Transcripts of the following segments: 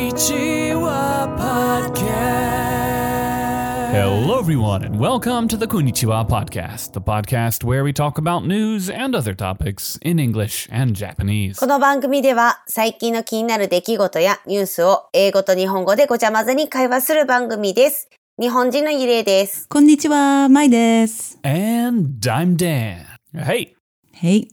Konnichiwa Podcast. Hello, everyone, and welcome to the Konnichiwa Podcast, the podcast where we talk about news and other topics in English and Japanese. この番組では最近の気になる出来事やニュースを英語と日本語でごちゃ混ぜに会話する番組です。日本人のゆれいです。こんにちは、まいです。 And I'm Dan. Hey, はい。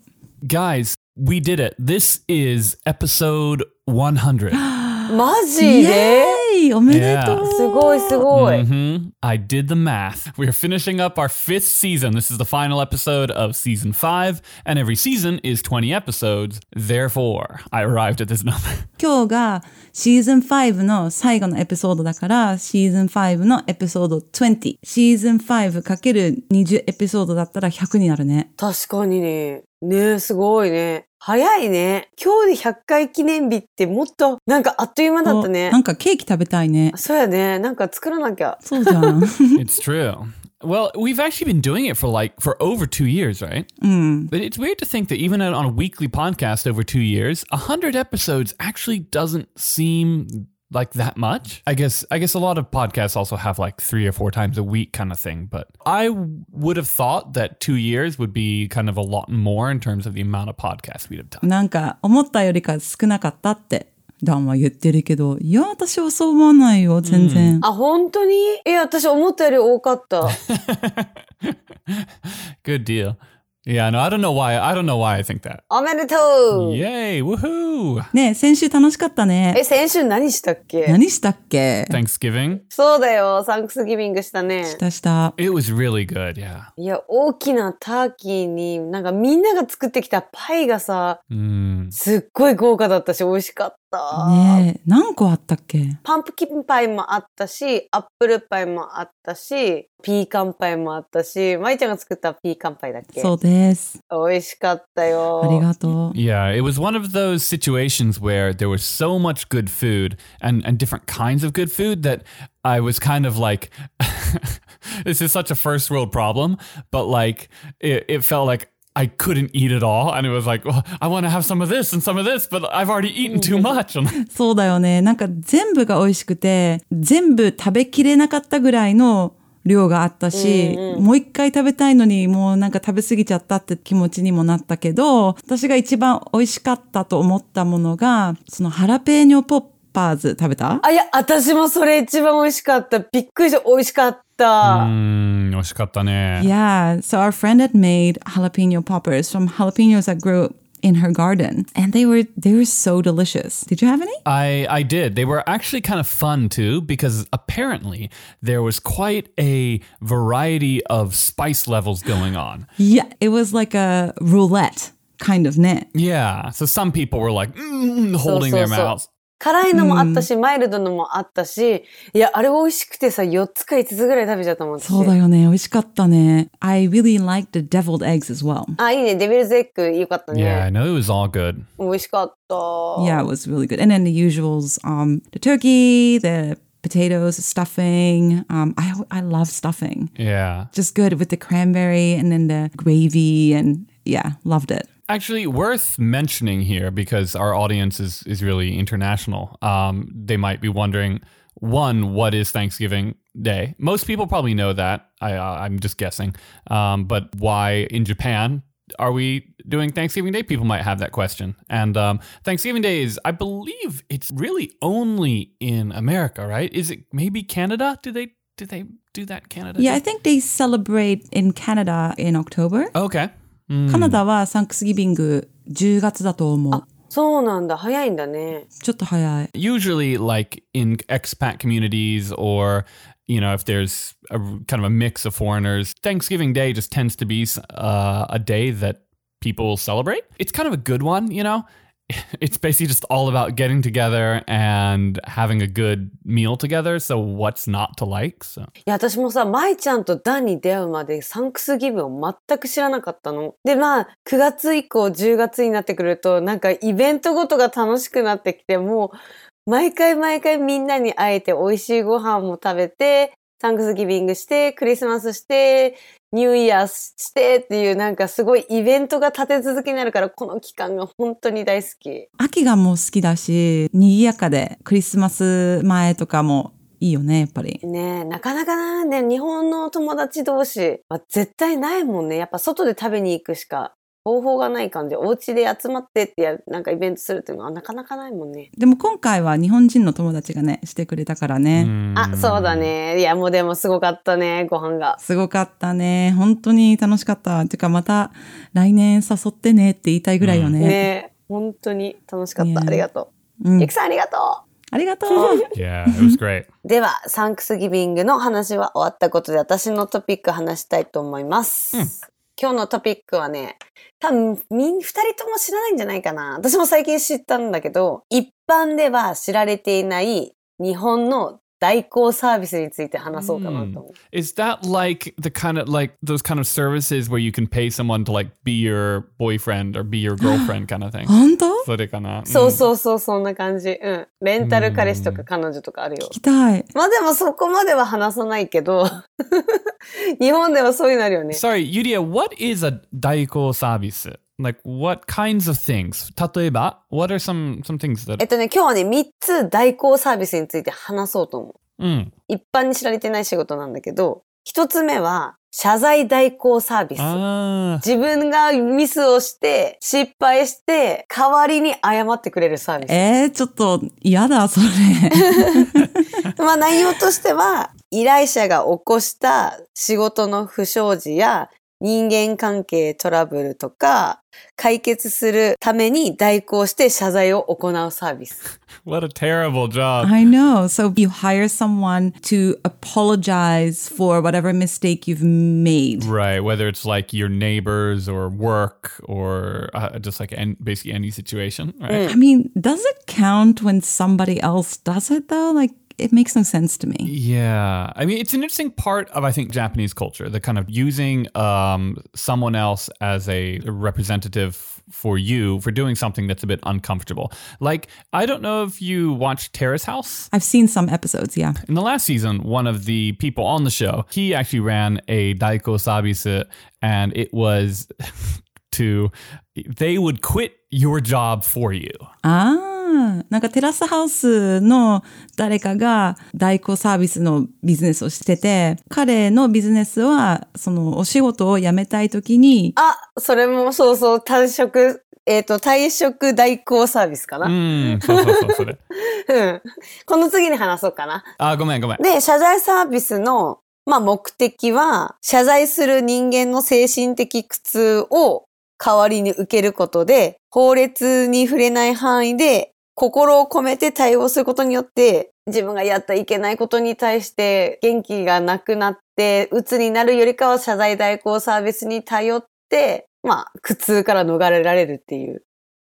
guys, we did it. This is episode 100. マジイエーイおめでとう Yeah すごいすごい。 Mhm. I did the math. We're finishing up our fifth season. This is the final episode of season five, and every season is 20 episodes. Therefore, I arrived at this number. 今日がシーズン5の最後のエピソードだから、シーズン5のエピソード20。シーズン 5×20 エピソードだったら100になるね。確かにね。ねえ、すごいね。早いね。今日で100回記念日ってもっとなんかあっという間だったねおな。んかケーキ食べたいね。そうやね。なんか作らなきゃ。そうじゃ ん。 it's true. Well, we've actually been doing it for like for over two years, right? うん。 But it's weird to think that even on a weekly podcast over two years, a hundred episodes actually doesn't seem like that much. I guess I guess a lot of podcasts also have like three or four times a week kind of thing. But I would have thought that two years would be kind of a lot more in terms of the amount of podcasts we'd have done. なんか思ったよりか少なかったって。ダンは言ってるけど、いや、私はそう思わないよ、全然。あ、本当にえ、私思ったより多か った。 Good deal. Yeah, no, I don't know why. I don't know why I think that. おめでとう。 Yay! Woohoo! ねえ先週楽しかったね。え、先週何したっけ何したっけ Thanksgiving. そうだよ。サンクスギビングしたね。したした。 It was really good. Yeah. いや、大きなターキーに、なんかみんなが作ってきたパイがさ、 Mm. すっごい豪華だったし、美味しかった。ねえ、何個あったっけパンプキンパイもあったし、アップルパイもあったし、ピーカンパイもあったし、まいちゃんが作ったピーカンパイだっけそうです。美味しかったよ。ありがとう。 Yeah, it was one of those situations where there was so much good food and, and different kinds of good food that I was kind of like, this is such a first world problem, but like it, it felt like I couldn't eat it all. And it was like, well, I want to have some of this and some of this, but I've already eaten too much. And そうだよね。なんか全部が美味しくて、全部食べきれなかったぐらいの量があったし、うんうんもう一回食べたいのにもうなんか食べ過ぎちゃったって気持ちにもなったけど、私が一番美味しかったと思ったものが、そのハラペーニョポッパーズ食べたあ、いや、私もそれ一番美味しかった。びっくりした。美味しかった。 Mm, 美味しかったね。 Yeah. So our friend had made jalapeno poppers from jalapenos that grew in her garden, and they were they were so delicious. Did you have any? I, I did. They were actually kind of fun too, because apparently there was quite a variety of spice levels going on. Yeah, it was like a roulette kind of net. Yeah. So some people were like mm, holding their so, so. mouths. 辛いのもあったし、マイルドのもあったし、いや、あれ美味しくてさ、4つか5つぐらい食べちゃったもん。私そうだよね。美味しかったね。I really liked the deviled eggs as well. あ、いいね。デビルズエッグよかったね。 Yeah, I know it was all good. 美味しかった。 Yeah, it was really good. And then the usuals, um, the turkey, the potatoes, the stuffing. Um, I I love stuffing. Yeah. Just good with the cranberry and then the gravy and yeah, loved it. Actually, worth mentioning here because our audience is, is really international. Um, they might be wondering one, what is Thanksgiving Day? Most people probably know that. I, uh, I'm just guessing. Um, but why in Japan are we doing Thanksgiving Day? People might have that question. And um, Thanksgiving Day is, I believe, it's really only in America, right? Is it maybe Canada? Do they do they do that Canada? Yeah, I think they celebrate in Canada in October. Okay. Mm. カナダはサンクスギビング10月だと思う。そうなんだ。早いんだね。ちょっと早い。 usually like in expat communities or you know if there's a kind of a mix of foreigners thanksgiving day just tends to be uh, a day that people celebrate it's kind of a good one you know it's basically just all about getting together and having a good meal together so what's not to like so いや、私もさ、舞ちゃんとダンに出会うまでサンクスギブを全く知らなかったの。で、まあ、9月以降、10月になってくると、なんかイベントごとが楽しくなってきて、もう、毎回毎回みんなに会えて美味しいご飯も食べて、サンクスギビングして、クリスマスして、ニューイヤーしてっていう、なんかすごいイベントが立て続けになるから、この期間が本当に大好き。秋がもう好きだし、賑やかで、クリスマス前とかもいいよね、やっぱり。ねえ、なかなかな、ね、日本の友達同士、まあ、絶対ないもんね。やっぱ外で食べに行くしか方法がない感じ。お家で集まってってやる、なんかイベントするっていうのはなかなかないもんね。でも今回は日本人の友達がね、してくれたからね。Hmm. あ、そうだ。ね。いや、もうでもすごかったね、ご飯が。すごかったね。本当に楽しかった。てかまた来年誘ってねって言いたいぐらいよね。ねえ、本当に楽しかった。ねえありがとうう。んゆきさんありがとありがとう。 Yeah, it was great. う。では、サンクスギビングの話は終わったことで、私のトピック話したいと思います。うん今日のトピックはね、多分、みん、二人とも知らないんじゃないかな。私も最近知ったんだけど、一般では知られていない日本の代行サービスについて話そうかなと思う。 Is that like the kind of like those kind of services where you can pay someone to like be your boyfriend or be your girlfriend kind of thing? 本当それかな。そううん。そうそう、そんな感じ。うん。レンタル彼氏とか彼女とかあるよ聞。きたい。まあでもそこまでは話さないけど、 日本ではそういうのあるよね。 Sorry, Yuria, what is a 代行サービス Like what kinds of things? 例えば What are some some things えっ that? とね、今日はね、3つ代行サービスについて話そうと思う。うん。一般に知られてない仕事なんだけど、1つ目は、謝罪代行サービス。ああ。自分がミスをして、失敗して、代わりに謝ってくれるサービス。えー、ちょっと嫌だ、 それ。まあ内容としては、依頼者が起こした仕事の不祥事や人間関係トラブルとか、解決するために代行して謝罪を行うサービス。 What a terrible Uh-huh. job. I know. So you hire someone to apologize for whatever mistake you've made. Right, whether it's like your neighbors or work or uh, just like an basically any situation, Mm. right? I mean, does it count when somebody else does it though? Like, it makes no sense to me. Yeah. I mean, it's an interesting part of I think Japanese culture, the kind of using um, someone else as a representative for you for doing something that's a bit uncomfortable. Like, I don't know if you watch Terrace House. I've seen some episodes, yeah. In the last season, one of the people on the show, he actually ran a Daiko Sabisu, and it was to they would quit your job for you. ああ、なんかテラスハウスの誰かが代行サービスのビジネスをしてて、彼のビジネスは、そのお仕事を辞めたい時に、あ、それもそうそう、退職、えっ、と、退職代行サービスかな。 Mm, so, so, so, so that- うん。この次に話そうかな。 Ah, gomen, gomen. で、謝罪サービスの、まあ、目的は、謝罪する人間の精神的苦痛を代わりに受けることで、法律に触れない範囲で、心を込めて対応することによって、自分がやったいけないことに対して元気がなくなって、鬱になるよりかは謝罪代行サービスに頼って、まあ、苦痛から逃れられるっていう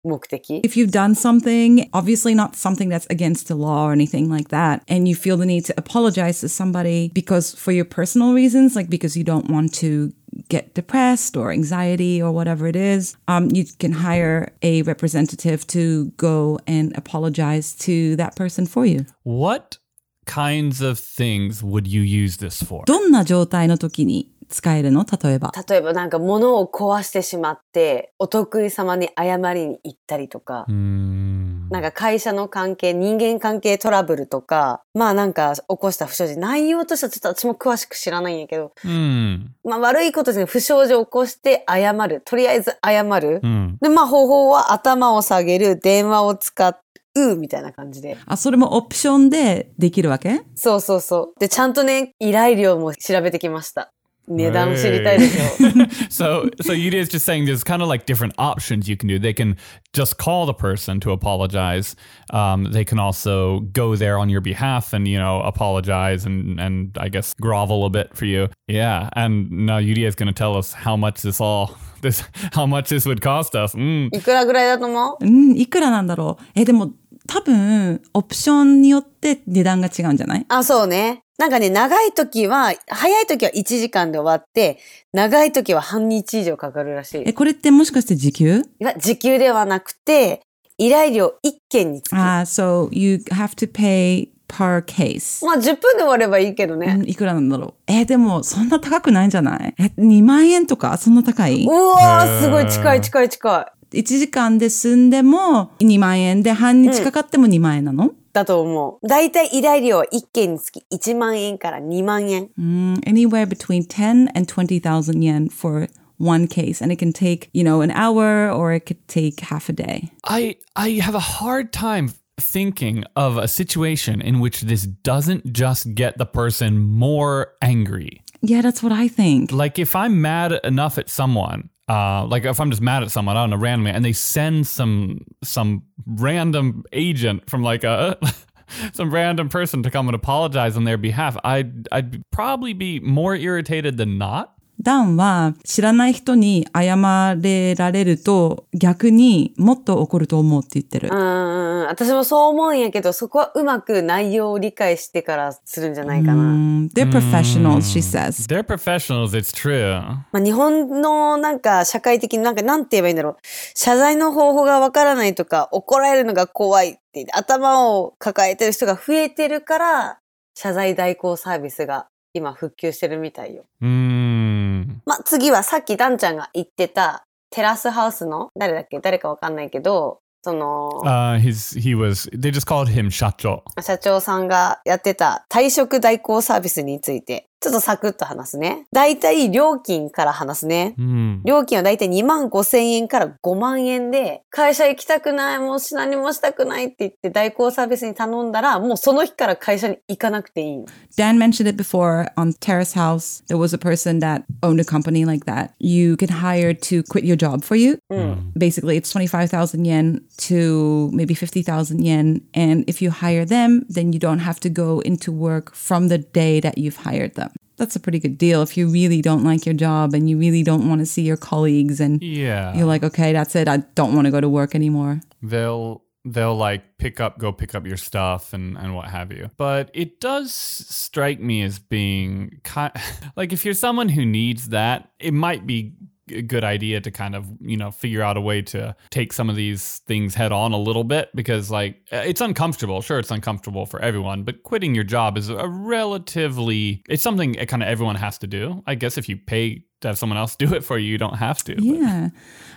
目的。 If you've done something, obviously not something that's against the law or anything like that, and you feel the need to apologize to somebody because for your personal reasons, like because you don't want to get depressed or anxiety or whatever it is, um, you can hire a representative to go and apologize to that person for you. What kinds of things would you use this for? どんな状態の時に使えるの例えば。例えばなんか物を壊してしまって、お得意様に謝りに行ったりとか、 Mm. なんか会社の関係、人間関係トラブルとか、まあなんか起こした不祥事、内容としてはちょっと私も詳しく知らないんやけど、 Mm. まあ悪いことですね、不祥事を起こして謝る。とりあえず謝る。 Mm. で、まあ方法は頭を下げる、電話を使う、みたいな感じで。あ、それもオプションでできるわけそうそうそう。で、ちゃんとね、依頼料も調べてきました。値段知りたいでしょ。 so so you is just saying there's kind of like different options you can do. They can just call the person to apologize. Um, they can also go there on your behalf and you know apologize and and I guess grovel a bit for you. Yeah, and now Yudia is going to tell us how much this all this how much this would cost us. Mm. いくらぐらいだと思ううん、いくらなんだろうえ、でも多分、オプションによって値段が違うんじゃないあ、そうね。なんかね、長い時は、早い時は1時間で終わって、長い時は半日以上かかるらしえ、い。これってもしかして時給いや時給ではなくて、依頼料1件につき。あ、so you have to pay per case. まあ、10分で終わればいいけどね。いくらなんだろう。えーでもそんな高くないんじゃないえ、2万円とかそんな高いうわー、すごい近い近い近 ?1 時間で済んでも2万円で半日かかっても2万円なの、い。だと思う。だいたい依頼料は1件につき1万円から2万円。 Mm, anywhere between 10 and 20,000 yen for one case. And it can take, you know, an hour or it could take half a day. I I have a hard time thinking of a situation in which this doesn't just get the person more angry. Yeah, that's what I think. Like if I'm mad enough at someone, uh, like if I'm just mad at someone, I don't know, randomly, and they send some some random agent from like a some random person to come and apologize on their behalf, I'd I'd probably be more irritated than not. ダンは知らない人に謝れられると逆にもっと怒ると思うって言ってるう。ーん、私もそう思うんやけど、そこはうまく内容を理解してからするんじゃないかな。 Mm, Hmm。 they're professionals, she says. They're professionals, it's true. まあ、日本のなんか社会的になんかなんて言えばいいんだろう。謝罪の方法がわからないとか、怒られるのが怖いって言って頭を抱えてる人が増えてるから、謝罪代行サービスが今復旧してるみたいよ。 Mm. まあ、次はさっきダンちゃんが言ってた、テラスハウスの、誰だっけ誰かわかんないけど、その、 Uh, his he was they just called him Shacho. 社長さんがやってた退職代行サービスについて、ちょっとサクッと話すね。だいたい料金から話すね。 Mm. 料金はだいたい2万5千円から5万円で、会社行きたくない、もうし何もしたくないって言って代行サービスに頼んだら、もうその日から会社に行かなくていいの。 Dan mentioned it before on Terrace House. There was a person that owned a company like that. You can hire to quit your job for you. Basically, it's 25,000 yen to maybe 50,000 yen. And if you hire them, then you don't have to go into work from the day that you've hired them. That's a pretty good deal if you really don't like your job and you really don't want to see your colleagues and Yeah. you're like, okay, that's it. I don't want to go to work anymore. they'll they'll like pick up go pick up your stuff and and what have you but it does strike me as being kind like if you're someone who needs that it might be a good idea to kind of you know figure out a way to take some of these things head on a little bit because like uh, it's uncomfortable sure it's uncomfortable for everyone but quitting your job is a relatively it's something kind of everyone has to do i guess if you pay to have someone else do it for you you don't have to but- Yeah.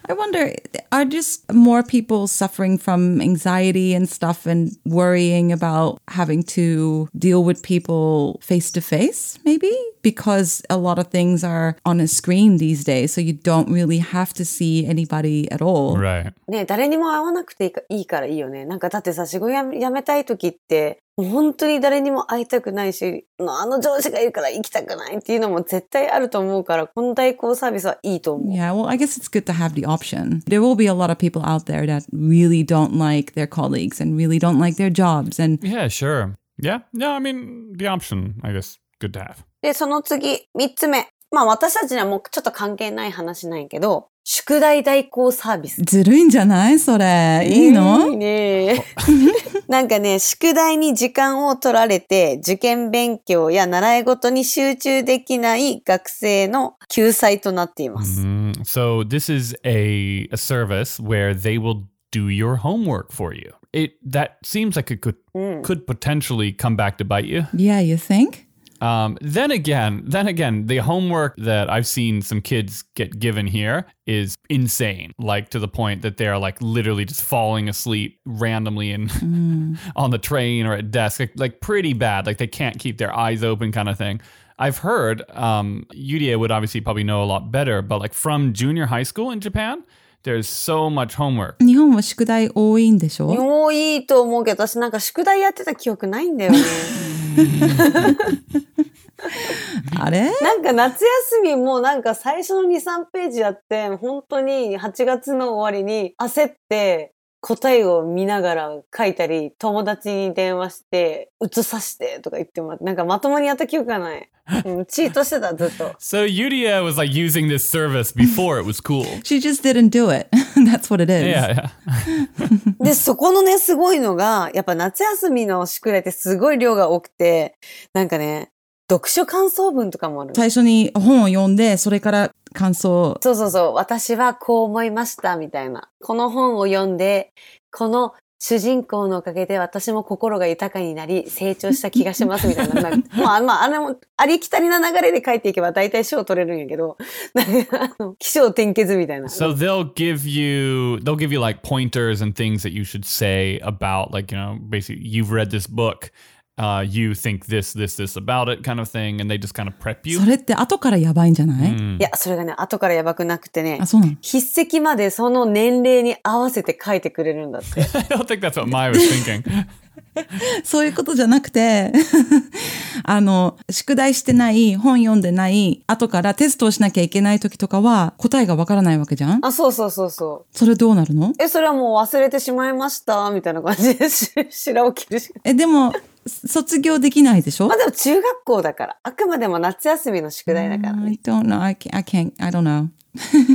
I wonder are just more people suffering from anxiety and stuff and worrying about having to deal with people face to face, maybe? Because a lot of things are on a screen these days, so you don't really have to see anybody at all. right ね誰にも会わなくていいかいいからいいよね。なんかだってさ、仕事やめ辞めたい時って、もう本当に誰にも会いたくないし、もうあの上司がいるから行きたくないっていうのも絶対あると思うから、この代行サービスはいいと思う。 Yeah, well, I guess it's good to have the option. There will be a lot of people out there that really don't like their colleagues and really don't like their jobs. And Yeah, sure. Yeah. No, I mean, the option, I guess, good to have. で、その次、三つ目。まあ私たちにはもうちょっと関係ない話なんやけど、宿題代行サービ ス。ずるいんじゃないそれ。いいの？いい ねなんかね、宿題に時間を取られて、受験勉強や習い事に集中できない学生の救済となっています。 Mm, so this is a, a service where they will do your homework for you. It that seems like it could could potentially come back to bite you. Yeah, you think? Um, then again, then again, the homework that I've seen some kids get given here is insane. Like to the point that they are like literally just falling asleep randomly and Mm. on the train or at desk, like, like pretty bad. Like they can't keep their eyes open, kind of thing. I've heard um, Yudia would obviously probably know a lot better, but like from junior high school in Japan, there's so much homework. 日本は宿題多いんでしょもういいと思うけど、私なんか宿題やってた記憶ないんだよね。あれなんか夏休みもなんか最初の2、3ページやって、本当に8月の終わりに焦って答えを見ながら書いたり、友達に電話して、写さしてとか言ってもらって、なんかまともにやった記憶がない。うん、チートしてた、ずっと。 So Yudia was like using this service before it was cool. She just didn't do it. That's what it is. Yeah, yeah. で、そこのね、すごいのが、やっぱ夏休みの宿題ってすごい量が多くて、なんかね、読書感想文とかもある。最初に本を読んで、それから感想。そうそうそう。私はこう思いました、みたいな。この本を読んで、この主人公のおかげで私も心が豊かになり、成長した気がしますみたい な。なんかまあまあ、あの、ありきたりな流れで書いていけば大体賞取れるんやけど、なんかあの、起承転結みたいな。 So they'll give you they'll give you like pointers and things that you should say about like you know basically you've read this book, uh, you think this this this about it kind of thing, and they just kind of prep そ you. れって後からやばいんじゃない、 Mm. いや、それがね、後からやばくなくてねあ、、そうなの筆跡までその年齢に合わせて書いてくれるんだっ て。I don't think that's what Maya was thinking. そういうことじゃなくて、 あの、宿題してない、本読んでない、後からテストをしなきゃいけない時とかは、答えがわからないわけじゃんあ、そうそうそうそう。それどうなるのえ、それはもう忘れてしまいました、みたいな感じでし白を切るしか。え、でも、卒業できないでしょまあでも中学校だから。あくまでも夏休みの宿題だからね。 I don't know. I can't, I can't, I don't know.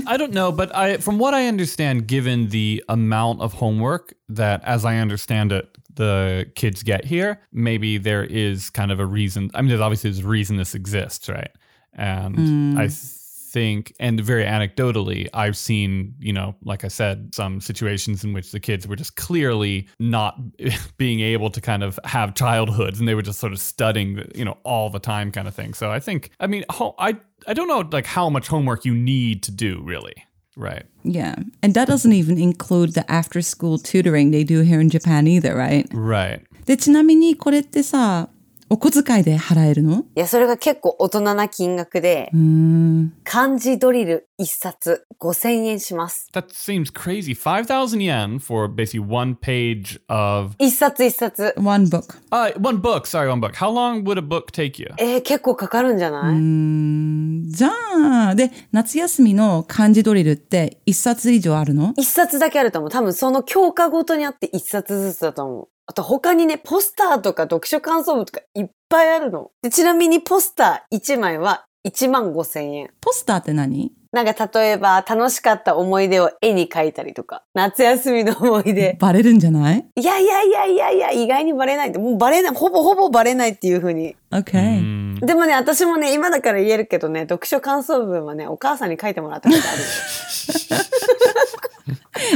I don't know, but I from what I understand, given the amount of homework that, as I understand it, the kids get here, maybe there is kind of a reason. I mean, there's obviously there's a reason this exists, right? And I think, and very anecdotally, I've seen, you know, like I said, some situations in which the kids were just clearly not being able to kind of have childhoods, and they were just sort of studying, you know, all the time, kind of thing. So I think, I mean, ho- I I don't know like how much homework you need to do really. Right. Yeah. And that doesn't even include the after school tutoring they do here in Japan either, right? Right. で、ちなみにこれってさ、お小遣いで払えるのいや、それが結構大人な金額で、うーん。漢字ドリル1冊5000円します。 That seems crazy. 5,000 yen for basically one page of 1冊1冊。 one book. uh one book, sorry, one book. How long would a book take you? えー、結構かかるんじゃない、じゃあ、で、夏休みの漢字ドリルって一冊以上あるの ?1 冊だけあると思う。多分その教科ごとにあって1冊ずつだと思う。あと他にね、ポスターとか読書感想文とかいっぱいあるの。でちなみにポスター1枚は1万5000円。ポスターって何なんか例えば楽しかった思い出を絵に描いたりとか、夏休みの思い出。バレるんじゃないいやいやいやいやいや、意外にバレないって、もうバレない、ほぼほぼバレないっていう風に。 ?Okay. Mm. でもね、私もね、今だから言えるけどね、読書感想文はね、お母さんに書いてもらったこと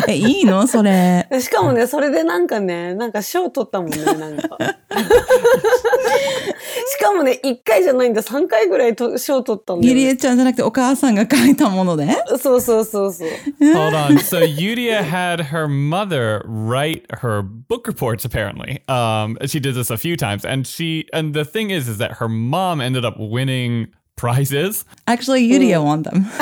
え、いいのそれあ。る。しかもね、それでなんかね、なんか賞取ったもんね、なんか。しかもね、1回じゃないんだ、3回ぐらいと賞取ったんだゆりよ、ね。えちゃんじゃなくてお母さんが書いたものでそうそうそうそう。 Hold on. So Yudia had her mother write her book reports apparently. Um she did this a few times and she and the thing is is that her mom ended up winning prizes. Actually, ゆりえ want them.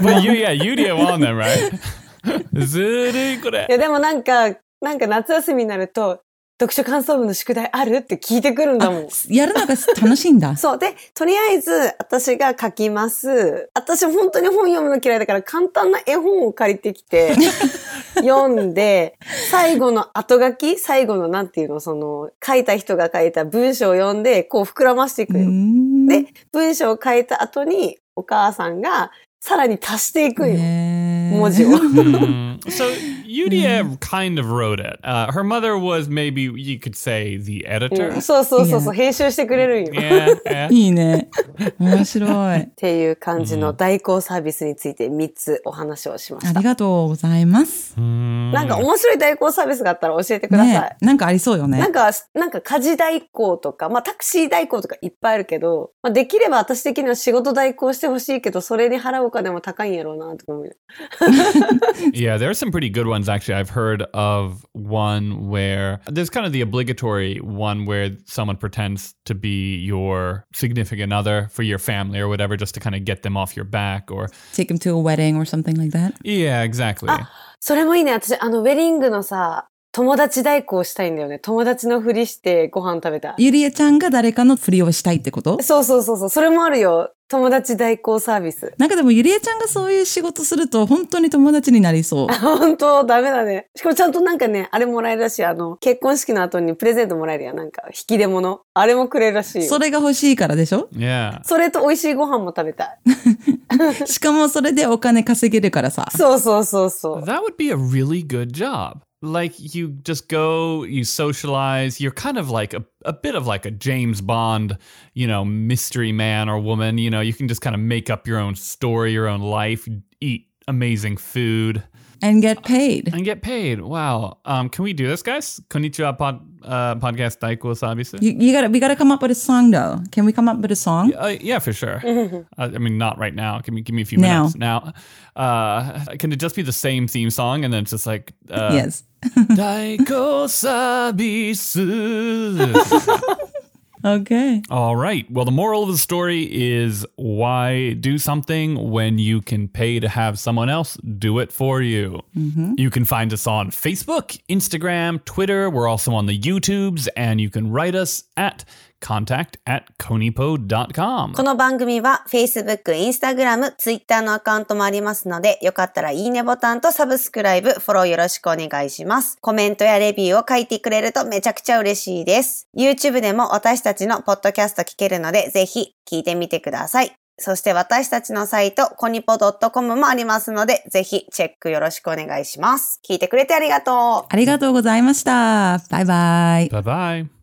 but you yeah, Yudia won them, right? ずるいこれ。いや、でもなんか、なんか夏休みになると、読書感想文の宿題あるって聞いてくるんだもん。やるのが楽しいん だ。そう。で、とりあえず、私が書きます。私、本当に本読むの嫌いだから、簡単な絵本を借りてき て、読んで、最後の後書き最後の、なんていうのその、書いた人が書いた文章を読んで、こう膨らましていくうーよ。んで、文章を書いた後に、お母さんが、さらに足していくよ。ねえ文 字を。 Mm. so Yudia kind of wrote it. Uh, her mother was maybe you could say the editor. うんそうそうそうそう、編集してくれるんよ。 Yeah, yeah. いいね。面白いっ。ていう感じの代行サービスについて3つお話をしまあしたり。がとうございます。 Mm. なんか面白い代行サービスがあったら教えてくださいね。えなんかありそうよねなん。か、なんか家事代行とか、まあタクシー代行とかいっぱいあるけど、まあ、できれば私的には仕事代行してほしいけど、それに払うお金も高いんやろうなとか思う。 Yeah, there are some pretty good ones actually. I've heard of one where there's kind of the obligatory one where someone pretends to be your significant other for your family or whatever just to kind of get them off your back or Take him to a wedding or something like that. Yeah, exactly. それもいいね。私、あの、ウェリングのさ、友達代行したいんだよね。友達のふりしてご飯食べたい。ゆりえちゃんが誰かのふりをしたいってことそうそうそうそう。それもあるよ。友達代行サービス。 なんかでもゆりえちゃんがそういう仕事すると本当に友達になりそう。本当ダメだね。しかもちゃんとなんかね、あれもらえるらしい。あの、結婚式の後にプレゼントもらえるやん。なんか、引き出物。あれもくれるらしいよ。それが欲しいからでし ょ Yeah. それと美味しいご飯も食べたい。しかもそれでお金稼げるからさ。そうそうそうそう。 That would be a really good job. Like you just go, you socialize, you're kind of like a, a bit of like a James Bond, you know, mystery man or woman. You know, you can just kind of make up your own story, your own life, eat amazing food. and get paid. and get paid. Wow. Um, can we do this, guys? Konnichiwa pod, uh, podcast Daiko Sabisu. You, you gotta, we gotta come up with a song though. Can we come up with a song? Uh, yeah, for sure. Uh, I mean, not right now. Give me, give me a few Now. minutes now. Uh, can it just be the same theme song and then it's just like uh, yes. Daiko Sabisu? Okay. All right. Well, the moral of the story is why do something when you can pay to have someone else do it for you? You can find us on Facebook, Instagram, Twitter. We're also on the YouTubes, and you can write us at contact at conipo.com. この番組は Facebook、Instagram、Twitter のアカウントもありますので、よかったらいいねボタンとサブスクライブ、フォローよろしくお願いします。コメントやレビューを書いてくれるとめちゃくちゃ嬉しいです。YouTube でも私たちのポッドキャスト聞けるので、ぜひ聞いてみてください。そして私たちのサイト、コニポ .com もありますので、ぜひチェックよろしくお願いします。聞いてくれてありがとう。ありがとうございました。バイバイ。 Bye bye.